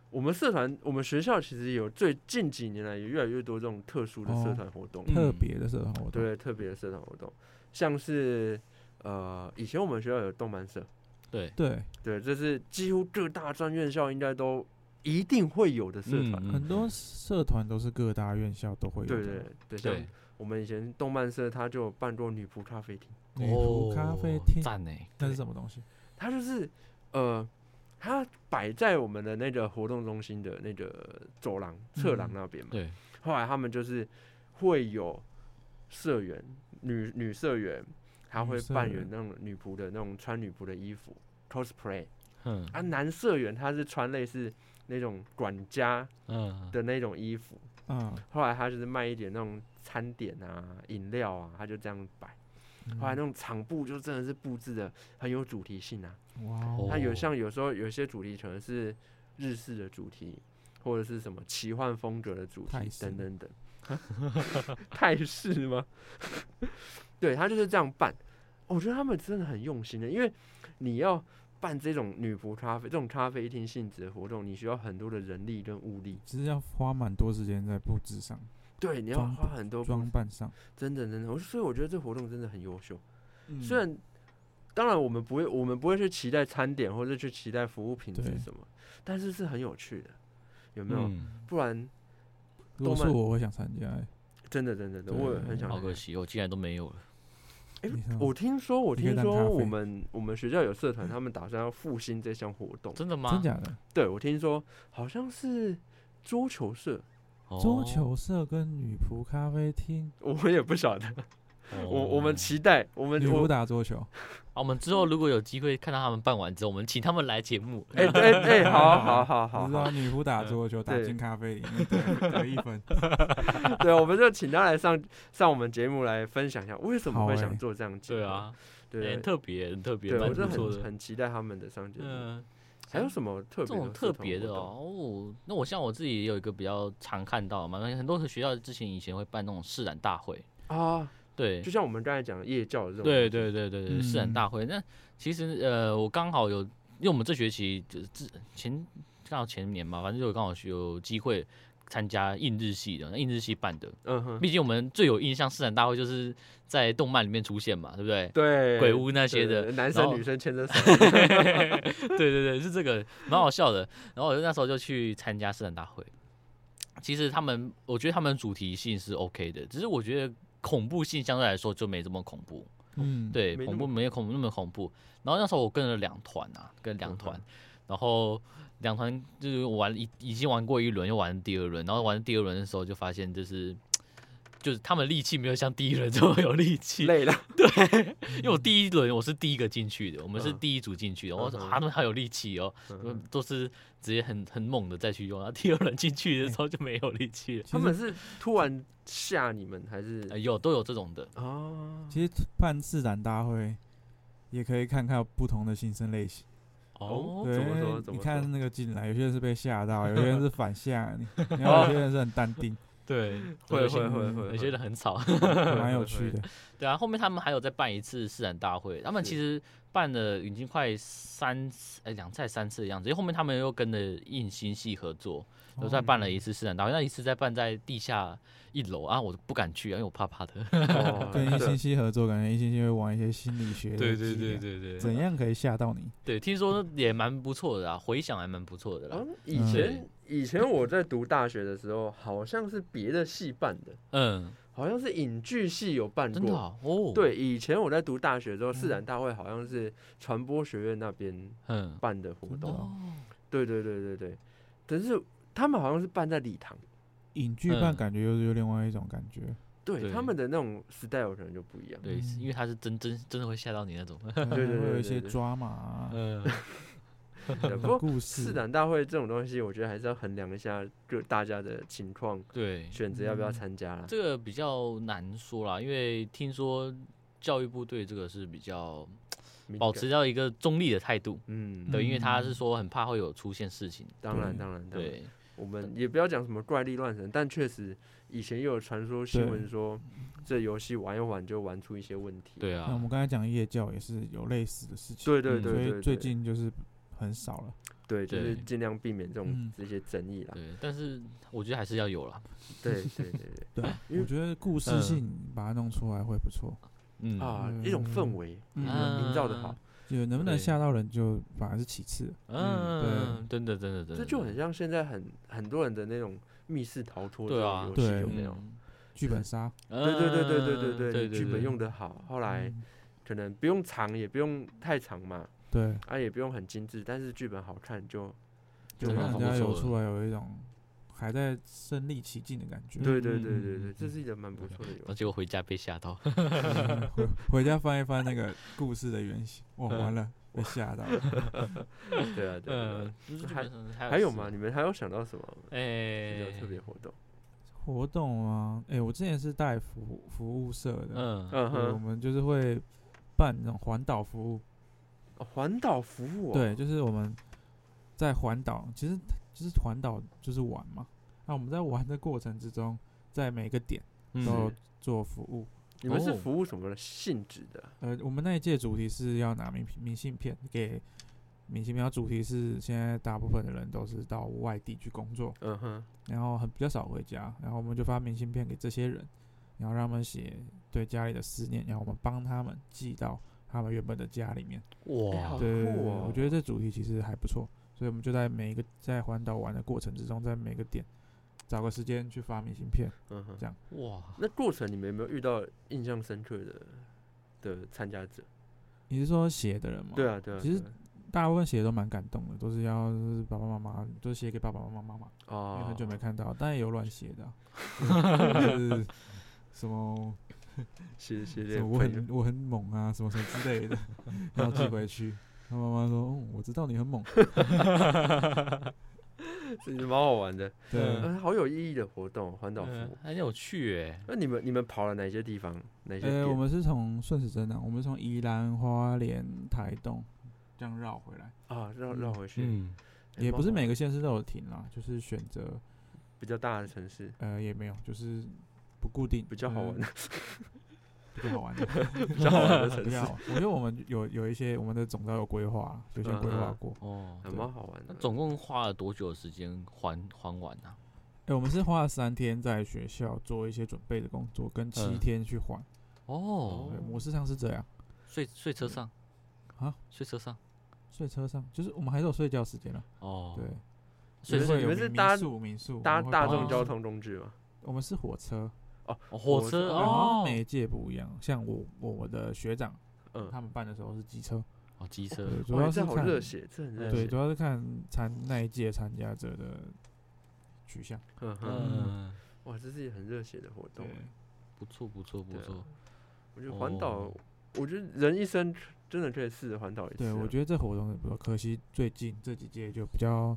我们社团，我们学校其实有最近几年来也越来越多这种特殊的社哦团活动，嗯特别的社团活动，对，特别的社团活动，像是呃，以前我们学校有动漫社，对，对，对，这是几乎各大专院校应该都一定会有的社团，嗯很多社团都是各大院校都会有对的，对对，像对，我们以前动漫社，他就有办过女仆咖啡厅。女仆咖啡厅，哦赞哎，那是什么东西？它就是呃，它摆在我们的那个活动中心的那个走廊侧廊嗯那边嘛。对，后来他们就是会有社员，女女社员，她女会社扮员演那种女仆的那种穿女仆的衣服 cosplay 嗯啊，男社员他是穿类似那种管家嗯，的那种衣服。嗯，后来他就是卖一点那种餐点啊、饮料啊，他就这样摆。嗯后来那种场布就真的是布置的很有主题性啊。嗯哇哦，它有哦像有时候有些主题可能是日式的主题，或者是什么奇幻风格的主题泰式等等等。 泰式吗？ 对，他就是这样办。我觉得他们真的很用心的，因为你要办这种女仆咖啡、这种咖啡厅性质的活动，你需要很多的人力跟物力。其实要花蛮多时间在布置上、对，你要装花很多布装扮上。真的真的，我所以我觉得这活动真的很优秀。虽嗯然当然我们不会，我们不会去期待餐点或者去期待服务品质对什么，但是是很有趣的，有没有？嗯不然如动果是漫我，我会想参加、欸。真的真的真的，对我也很想好参加。可惜，我竟然都没有了。哎你看我听说，我你可听以当咖说啡嗯我们我们学校有社团，他们打算要复兴这项活动。真的吗？真假的？对，我听说好像是桌球社，哦桌球社跟女仆咖啡厅，我也不晓得。我我们期待，我们哦女我仆打桌球，啊我们之后如果有机会看到他们办完之后，我们请他们来节目。哎哎哎，好好好好你 知好，道女仆打桌球打对进咖啡里面得得一 分，对，我们就请他来上上我们节目来分享一下为什么好会欸想做这样节目。对，啊，哎对很特别，很特别，对，蛮我不真的错很的。很期待他们的上节目。嗯，还有什么特别这种的特社团别的活动？哦，那我像我自己也有一个比较常看到嘛，很多学校之前以前会办那种试染大会，啊，对就，像我们刚才讲的夜教的这种东西，对对对对对，嗯试染大会。那其实呃，我刚好有，因为我们这学期就是之前刚好前年嘛，反正就刚好有机会参加印日系的，那印日系办的。嗯哼，毕竟我们最有印象试染大会就是在动漫里面出现嘛，对不对？对，鬼屋那那些的，男然生后女生牵着手，对对对，是这个，蛮好笑的。然后我就那时候就去参加圣诞大会。其实他们，我觉得他们主题性是 OK 的，只是我觉得恐怖性相对来说就没这么恐怖。嗯，，对，没那恐怖么没有恐怖那么恐怖。然后那时候我跟了两团啊，跟 两团，然后两团就是玩已已经玩过一轮，又玩第二轮，然后玩第二轮的时候就发现就是。就是他们力气没有像第一轮这么有力气， 累了，因为我第一轮我是第一个进去的，我们是嗯第一组进去的，我说嗯啊哼他们好有力气哦，嗯都是直接很很猛的再去用，然后第二轮进去的时候就没有力气 了。其他们实是突然吓你们还是呃有都有这种的，啊？其实办自然大会也可以看看不同的新生类型。哦对，怎么因说为怎你么看说那个进来，有些人是被吓到，有些人是反向， 然后有些人是很淡定，对，会有些会人会嗯会，有些会人很吵，蛮有趣。会的会。对啊。后面他们还有再办一次试染大会，他们是其实办了已经快三次，哎两次还三次的样子，因为后面他们又跟着印星系合作，又再办了一次试染大会，那一次再办在地下一楼啊，我不敢去啊，因为我怕怕的。哦 跟一对星期合作，感觉一星期会玩一些心理学的伎俩对怎样可以吓到你？对，听说也蛮不错的啊，回想还蛮不错的啦啊。以前以前我在读大学的时候，好像是别的系办的，嗯，好像是影剧系有办真的过。哦，嗯哦对，，以前我在读大学的时候，自然大会好像是传播学院那边嗯，办的活真的动。哦对对对对对，但是他们好像是办在礼堂，影剧办嗯感觉又是又另外一种感觉，对对他们的那种 style 可能就不一 样。对，是因为嗯他是真真真的会吓到你那种。可能对对会有对对一些对抓马啊，嗯，对不过有故试事。胆大会这种东西，我觉得还是要衡量一下就大家的情况， 对，选择要不要嗯参加啦。这个比较难说啦，因为听说教育部对这个是比较敏保感持到一个中立的态度。嗯，对，因为他嗯是说很怕会有出现事情。当然对当然当然。对，我们也不要讲什么怪力乱神，但确实以前也有传说新闻说，嗯这游戏玩一玩就玩出一些问题。对那我啊们，刚才讲夜教也是有类似的事情，对对嗯对所对以对，最近就是很少了。对就对是尽量避免这种嗯这些争议啦。对，但是我觉得还是要有啦。对对对对对啊，因为我觉得故事嗯性把它弄出来会不错。 嗯，啊，一种氛围嗯营造的好啊，就能不能对吓到人，就反而是其次。嗯，真的真的真的，嗯这就很真的像现在很很多人的那种密室逃脱这对啊种游戏对有没有？嗯剧本杀，对对对对对嗯对对，你剧本对用的好，后来嗯可能不用长，也不用太长嘛，对，啊也不用很精致，但是剧本好看就就真的让很人不家有错出来有一种还在身临其境的感觉。对对嗯对嗯对嗯对，这嗯是一个蛮不错的游然戏啊后。结果回家被吓到。嗯回回家翻一翻那个故事的 原型，哇，嗯完了，被吓 到了。 对啊，对啊对啊嗯，就是还基本上还有事吗？？你们还有想到什么比哎较，特别活动？活动啊，哎，我之前是带服服务社的，嗯，嗯对我哼，们就是会办那种环岛服务，哦环岛服务哦，对，就是我们在环岛，其实就是环岛就是玩嘛。那我们在玩的过程之中，在每个点嗯都是做服务。你们是哦服务什么性质的？呃，我们那一届主题是要拿明明信片给明信片，然后主题是现在大部分的人都是到外地去工作，嗯哼，然后很比较少回家，然后我们就发明信片给这些人，然后让他们写对家里的思念，然后我们帮他们寄到他们原本的家里面。哎好哇，对对对酷对哦我觉得这主题其实还不错，所以我们就在每一个在环岛玩的过程之中，在每个点找个时间去发明信片。嗯哼这，样哇，那过程你们有没有遇到印象深刻的的参加者？你是说写的人吗？对，啊，对啊，其实对啊大部分写的都蛮感动的，都是要就是爸爸妈妈，都写给爸爸妈妈嘛，因为哦 很久没看到，但也有乱写的啊、就是什么谢谢什谢么 我很我很猛啊，什么什么之类的，然后寄回去。他妈妈说：“哦，我知道你很猛。这蛮好玩的，”对，嗯，好有意义的活动，环岛嗯服。很有趣诶。那你们你们跑了哪些地方？哪些嗯呃，我店们是从顺时针啊，我们是从宜兰、花莲、台东这样绕回来，啊？绕绕回去，嗯，哎也不是蛮好每玩个县市都有停啦，就是选择比较大的城市呃也没有，就是不固定，呃比较好玩，比较好玩的， 比较好 玩的城比较好市，玩。我觉得我们有有一些我们的总招有规划，有些规划嗯嗯过。哦，还蛮好玩那的。总共花了多久的时间还还完啊？哎，我们是花了三天在学校做一些准备的工作，跟七嗯天去还。哦对，，模式上是这样。睡睡车上啊，睡车上睡车上，就是我们还是有睡觉时间了。哦，对，所以就是是会你有们是民搭民宿，民宿搭大跑众交啊，通工具嘛，我们会我们是火车，哦火火车车然后哦，每一届不一样。像我我我的学长嗯，他们办的时候是机车，哦机车对，主哇，要这是好看热血，这很热对，血主。要是看参那一届参加者的取向。嗯哼，嗯嗯，哇，这是一个很热血的活动对欸。，不错不错不对啊错，我觉得环岛哦，我觉得人一生真的可以试着环岛一次对啊。我觉得这活动是不错，可惜最近这几届就比较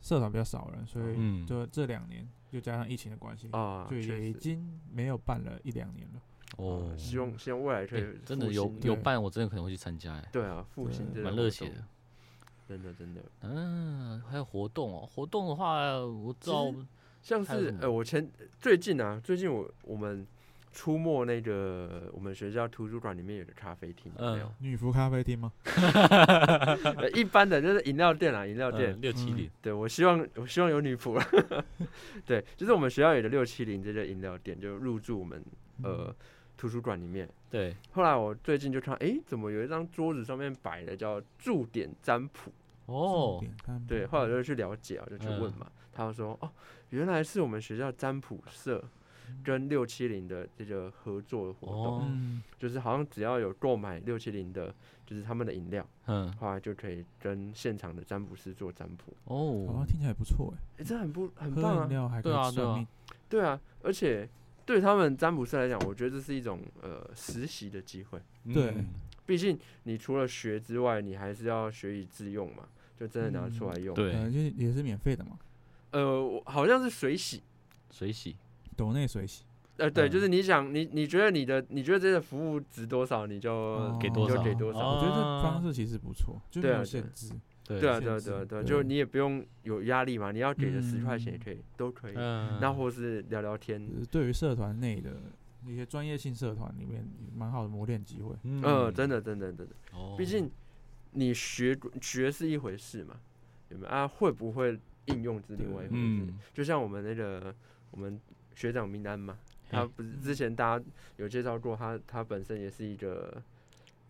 社团比较少人，所以嗯，就这两年又加上疫情的关系，啊，就哦确也已实经没有办了一两年了。哦啊，希望希望未来可哎以真的复有兴有对办，我真的可能会去参加哎，对啊，复兴这种对蛮活热血动的。真的真的，嗯，还有活动哦，活动的话，我知道其像还有是什么呃，我前最近啊，最近我我们出没那个我们学校图书馆里面有个咖啡厅，嗯有没有？女仆咖啡厅吗？呃一般的就是饮料店啊，饮料店。嗯六七嗯零，对我希望我希望有女仆，啊 对，就是我们学校有个六七零这家饮料店，就入驻我们嗯呃图书馆里面。对，后来我最近就看，诶，怎么有一张桌子上面摆的叫驻点占卜？哦，，嗯对，后来我就去了解啊，我就去问嘛，他就说哦，原来是我们学校占卜社跟六七零的这个合作活动，哦嗯，就是好像只要有购买六七零的，就是他们的饮料，嗯，后来就可以跟现场的占卜师做占卜。好像哦，听起来不错哎，诶，这很不很棒喝饮啊，料还可对啊以对啊算命，对啊，而且对他们占卜师来讲，我觉得这是一种呃实习的机会。对嗯毕竟你除了学之外，你还是要学以致用嘛，就真的拿出嗯来用。对，呃，就是也是免费的嘛，呃，我好像是水洗，水洗，抖内水洗，呃，对，嗯就是你想你你觉得你的你觉得这个服务值多少，你就、给哦多你少呃就给多少。哦我觉得这方式其实不错，就没对啊有对限制，对对啊，限对啊，制对啊，对啊，对就你也不用有压力嘛，你要给的十块钱也嗯可以，都可以。嗯，那或是聊聊天，就是呃对于社团内的一些专业性社团里面蛮好的磨练机会。嗯嗯，真，的，真的，真的，哦毕竟你学学是一回事嘛，有没有啊？会不会应用是另外一回事。嗯，就像我们那个我们学长明安嘛，他嘿不是之前大家有介绍过他，他本身也是一个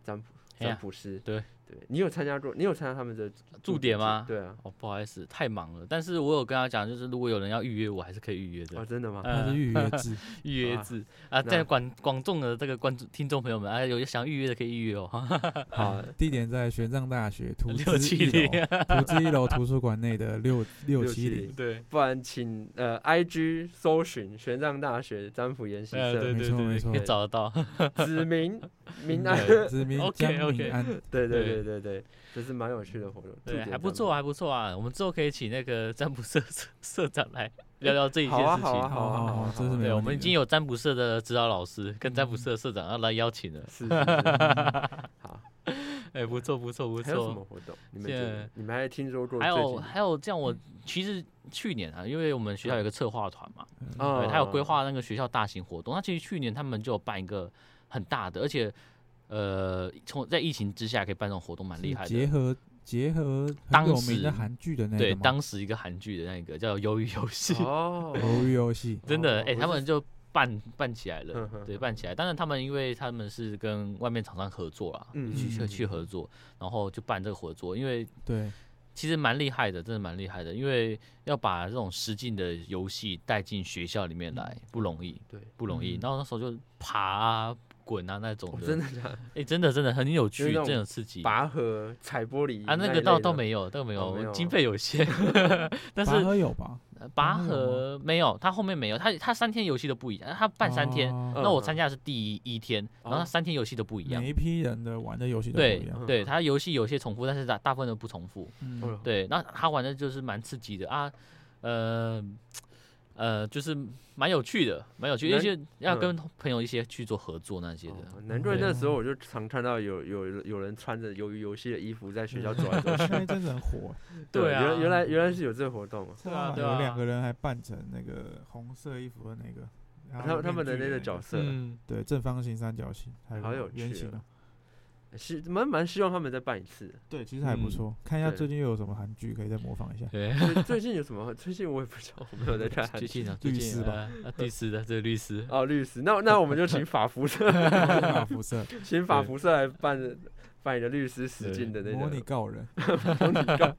占卜哎嘿呀占卜师。对，对你有参加过？你有参加他们的驻点吗？对啊，哦，不好意思，太忙了。但是我有跟他讲，就是如果有人要预约，我还是可以预约哦，的。真的吗？它嗯是预约制，预约啊制啊，那在广广众的这个观众听众朋友们，啊，有想预约的可以预约哦。好，地点在玄奘大学图六资七一零楼，，图资一楼图书馆内的六六七670 零。对，不然请呃，IG 搜寻玄奘大学占卜研习哎呃，对社，对没对，错可以没错找得到。子明明安，嗯子民 OK，江 OK 民安，对对对对对对，这是蛮有趣的活动，驻 对，点还不占错，卜。还不错啊。我们之后可以请那个占卜社社社长来聊聊这一件好啊事好啊情。好啊哦好啊，这是好啊没对，我问们已题经的有占卜社的指导老师跟占卜社的社长要来邀请了。是是 是好，哎，不错不错不还有什错么。活动？你们觉得现你们还听说过还最有近嗯还有，这样我其实去年啊，因为我们学校有个策划团嘛，啊呃对，他有规划那个学校大型活动。那其实去年他们就有办一个很大的，而且呃，从在疫情之下可以办这种活动，蛮厉害是结的。合结合当很有名时的韩剧的那对，个吗当时一个韩剧的那个叫《鱿鱼游戏》，哦，鱿鱼游戏， 真的，哦哎、我他是嗯们就办办起来了哼，哼对，哼办起来。当然，他们因为他们是跟外面厂商合作啦，嗯去嗯去嗯去合作，然后就办这个合作，因为对，其实蛮厉害的，真的蛮厉害的，因为要把这种实境的游戏带进学校里面来不容易，嗯对，不容易。嗯然后那时候就爬啊、滚啊那种我的，哦真的假的哎、真的真的很有趣，那种真的刺激。啊，拔河、踩玻璃那一个倒类倒的没有，倒没有，哦没有 经费有限，但拔是河有吧？拔拔河河没有，他后面没有，他他三天游戏都不一样，他办三天，哦那我嗯参加的是第一一天，然后他哦三天游戏都不一样每。一批人的玩的游戏都不对一样。对，他游戏有些重复，但是大大部分都不重复。嗯哦哟对，那他玩的就是蛮刺激的啊，呃呃，就是蛮有趣的，蛮有趣，而能且要嗯跟朋友一些去做合作那些的。哦难怪对那时候我就常看到有有有人穿着鱿鱼游戏的衣服 在学嗯校走来 走去。那一阵子很火，对啊原原来原来是有这个活动啊。 对啊对有啊两个人还扮成那个红色衣服的那个， 然后他他们的面具那那个角啊色，嗯，对正方形、三角形，还好有有圆趣形哦的，是蛮蛮希望他们再办一次。对，其实还不嗯错。看一下对最近又有什么韩剧可以再模仿 一下。对，最最近有什么？最近我也不知道，我没有在看。最近啊，律最近师吧呃啊，律师的这个律 师，哦，律师，那那我们就请法辐射，马 辐射请法对辐射来扮扮演律师实境的那个模拟告人，模拟告。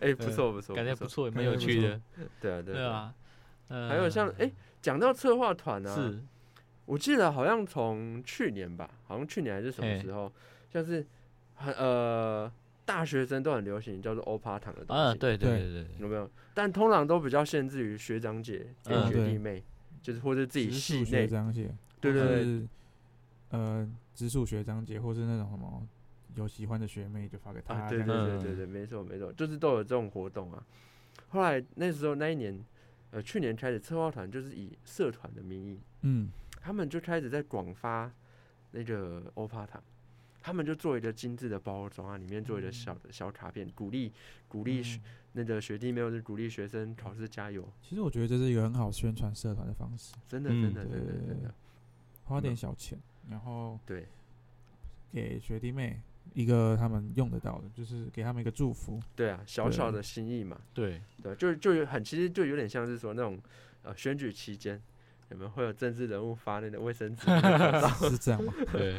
哎，不错不错，感觉不不错。错，蛮感有觉不趣错的。对啊对对啊。啊，呃，还有像哎，讲到策划团啊，是我记得好像从去年吧，好像去年还是什么嘿时候，像是很呃大学生都很流行叫做欧趴糖的东西，啊，对对对对对对，有没有？但通常都比较限制于学长姐跟嗯学弟对妹，就是或者自己直系属内学，长姐，对对对，对，呃，直属学长姐，或是那种什么有喜欢的学妹就发给啊，他这对样子。对对嗯对对，没错没错，就是都有这种活动啊。后来那时候那一年，呃，去年开始策划团就是以社团的名义，嗯，他们就开始在广发那个欧帕糖，他们就做一个精致的包装啊，里面做一个小的小卡片，鼓励鼓励学嗯那个学弟妹或者鼓励学生考试加油，其实我觉得这是一个很好宣传社团的方式，真的真嗯的真的真的，花点嗯小钱，然后对给学弟妹一个他们用得到的，就是给他们一个 祝福。对啊，小小对的心意嘛，对，对，就就有很其实就有点像是说那种呃选举期间。你们会有政治人物发那个卫生纸、 是这样吗？对，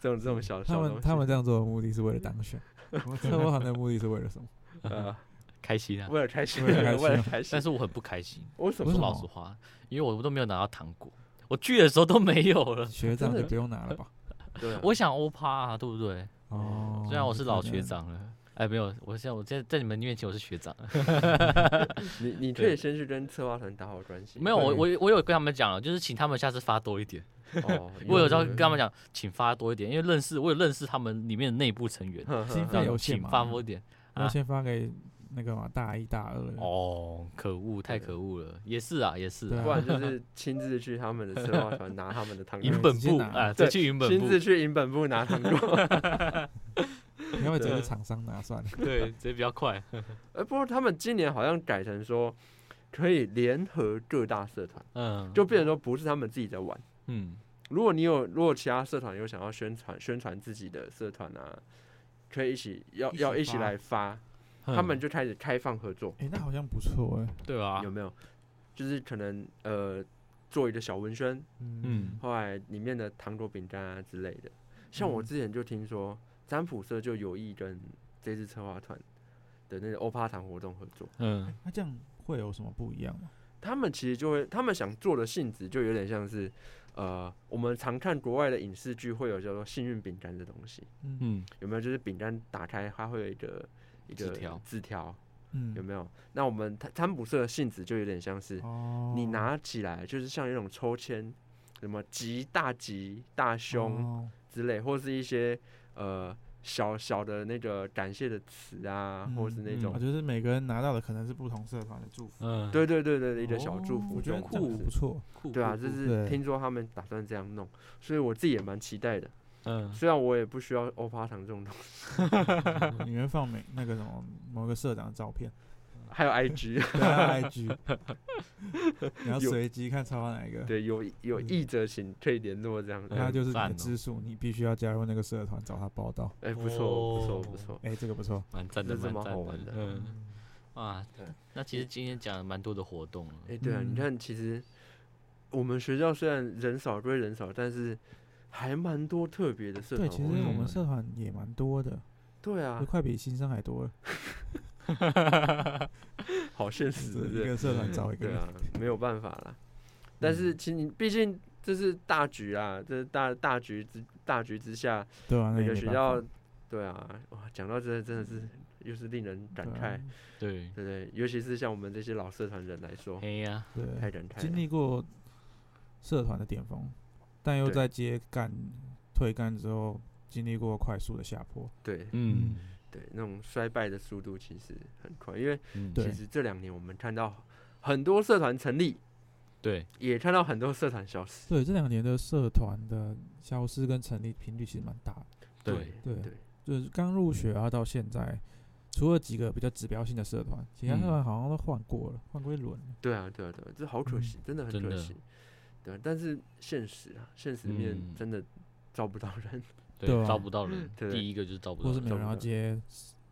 这种这种小他小们东西，他们这样做的目的是为了当 选，我们策划团的目的是为了什么？呃，开心啊。为了开心，为了开为了心开心但。是我很不开心，为什说为什么？老么实话，因为我都没有拿到糖果，我去的时候都没有 了。学长真就的不用拿了吧？对啊我想欧趴啊，对不对？哦，虽然我是老可能学，长了，哎，没有，我现在我在在你们面前我是学长，你你可对以先去跟策划团打好关系。没有，我对我我有跟他们讲了，就是请他们下次发多一点。哦，我有时候对跟他们讲，请发多一点，因为认识我有认识他们里面的内部成员，呵呵经这费样有限请嘛发多一点。要啊先发给那个嘛大一大二的。哦，可恶，太对可恶了，也是啊，也是对啊啊不然就是亲自去他们的策划团拿他们的糖云果，本直接部拿啊，对再去云本 亲部自，去营本部拿糖果。你要不要直接对去厂商拿算了？对，直接比较 快。 呃，不过他们今年好像改成说可以联合各大社团，嗯，就变成说不是他们自己在玩。嗯，如果你有，如果其他社团有想要宣传宣传自己的社团啊，可以一起要一起要一起发来发，他们就就开始开放合作，哎，那好像不错哎。嗯对啊有，没有？就是可能呃做一个小文宣，嗯，后来里面的糖果、饼干啊之类的。像我嗯之前就听说，占卜社就有意跟这次策划团的那个欧趴糖活动合作。嗯，那这样会有什么不一样吗？他们其实就会，他们想做的性质就有点像是，呃，我们常看国外的影视剧会有叫做幸运饼干的东西，嗯嗯，有没有？就是饼干打开，它会有一个一字个条字条，嗯有没有？那我们占占卜社的性质就有点像是，哦，你拿起来就是像一种抽签，什么吉大吉大凶。哦之类，或是一些呃小小的那个感谢的词啊，或是那嗯种啊，，就是每个人拿到的可能是不同社团的祝福。嗯，对对对对的一个小祝哦福，我觉得这这样样子不 错。酷，对啊，酷就酷是对听说他们打算这样弄，所以我自己也蛮期待的。嗯，虽然我也不需要欧趴糖这种东西，里面放每那个什么某个社长的 照片，还有 IG，对啊 IG，然后有随机看抽到哪一个，对，有嗯有意者请可以联络这样子。那就是你赞的哦支数，你必须要加入那个社团找他报道。哎，不错不错哦不错，哎，这个不错，蛮赞这的，是蛮蛮好赞玩的嗯，啊对，那其实今天讲了蛮多的活动了，哎，对啊，你嗯看其实我们学校虽然人少归人少，但是还蛮多特别的社对，团其实活我动们哎。社团也蛮多的，对啊就，快比新生还多了，好现实，就对是不一对个社团 找一个对人。啊，没有办法啦。但嗯是其实你毕竟这是大局啊，这是大大局之大局之下，对啊，那每也个没学办校法，嗯对啊，哇，讲到这真的是又是令人感对啊慨，对，对不对？尤其是像我们这些老社团人来说，嘿呀、对啊太，人太经人。历过社团的巅峰，但又对在接干退干之后，经历过快速的下坡。对嗯对，那种衰败的速度其实很快，因为嗯，对啊其实这两年我们看到很多社团成立，对，也看到很多社团消失。对，这两年的社团的消失跟成立频率其实蛮大的，对对对就是刚入学然后到现在，除了几个比较指标性的社团，其他社嗯团好像都换过了，换过一轮了。对啊对啊对啊，这好可嗯惜，真的很真可的惜。对啊，但是现实啊，现实面嗯真的招不到人。对，对啊招不到人，对第一个就是招不或到是人，没有人找不要到接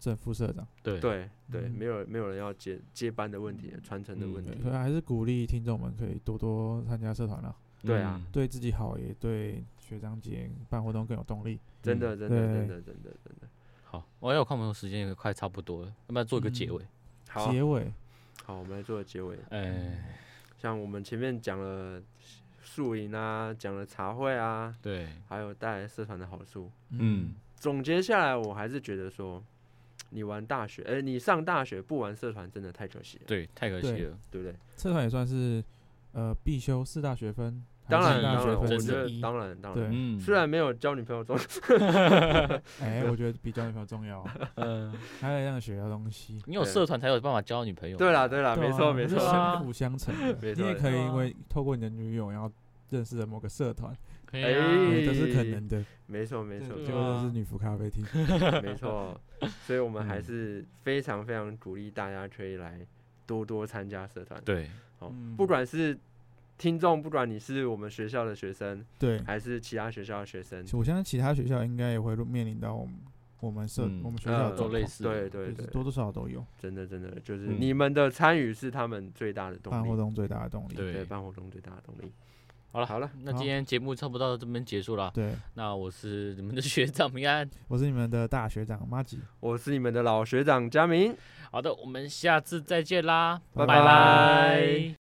正副社长，对对对，嗯没有没有人要接接班的问题，传承的嗯问对，啊题。所以还是鼓励听众们可以多多参加社团啦，对啊嗯对自己好，也对学长姐办活动更有动力。真的，真的，真嗯对的，真的，真的。好，我要看我们时间也快差不多了，要不要做一个结嗯尾？好结尾，好，我们来做结尾。嗯哎，像我们前面讲了宿营啊，讲了茶会啊，对，还有带来社团的好处。嗯，总结下来，我还是觉得说，你玩大学，哎、你上大学不玩社团真的太可惜了，对，太可惜对了，对不对？社团也算是呃必修四大学分，还当是然，五大当学然，我分真觉之的得一当然，当然。对，嗯，虽然没有交女朋友中，哎， 我觉得比交女朋友重要，嗯，还有让学到东 西。你有对社团才有办法交女朋友，对啦，，对啦，对没啊错，没这错是，啊相辅相成的 没你错没也可以错因为透过你的女友，然后认识了某个社团，哎哎呀，也都是可能的。没错，没错，对就啊认识女仆咖啡厅。嗯没错。所以我们还嗯是非常非常鼓励大家可以来多多参加社团，对，哦嗯不管是听众，不管你是我们学校的学生，对，还是其他学校的学生，我相信其他学校应该也会面临到我们我们社嗯我们学校呃的都状类况，似，对，对就是对，多多少少都有。真的真的就是嗯你们的参与是他们最大的动办活力，动最大的动力。对，对，办活动最大的动力。好了好了，那今天节目差不多到这边结束了，对，那我是你们的学长明安，我是你们的大学长马吉，我是你们的老学长佳明。好的，我们下次再见啦，拜拜拜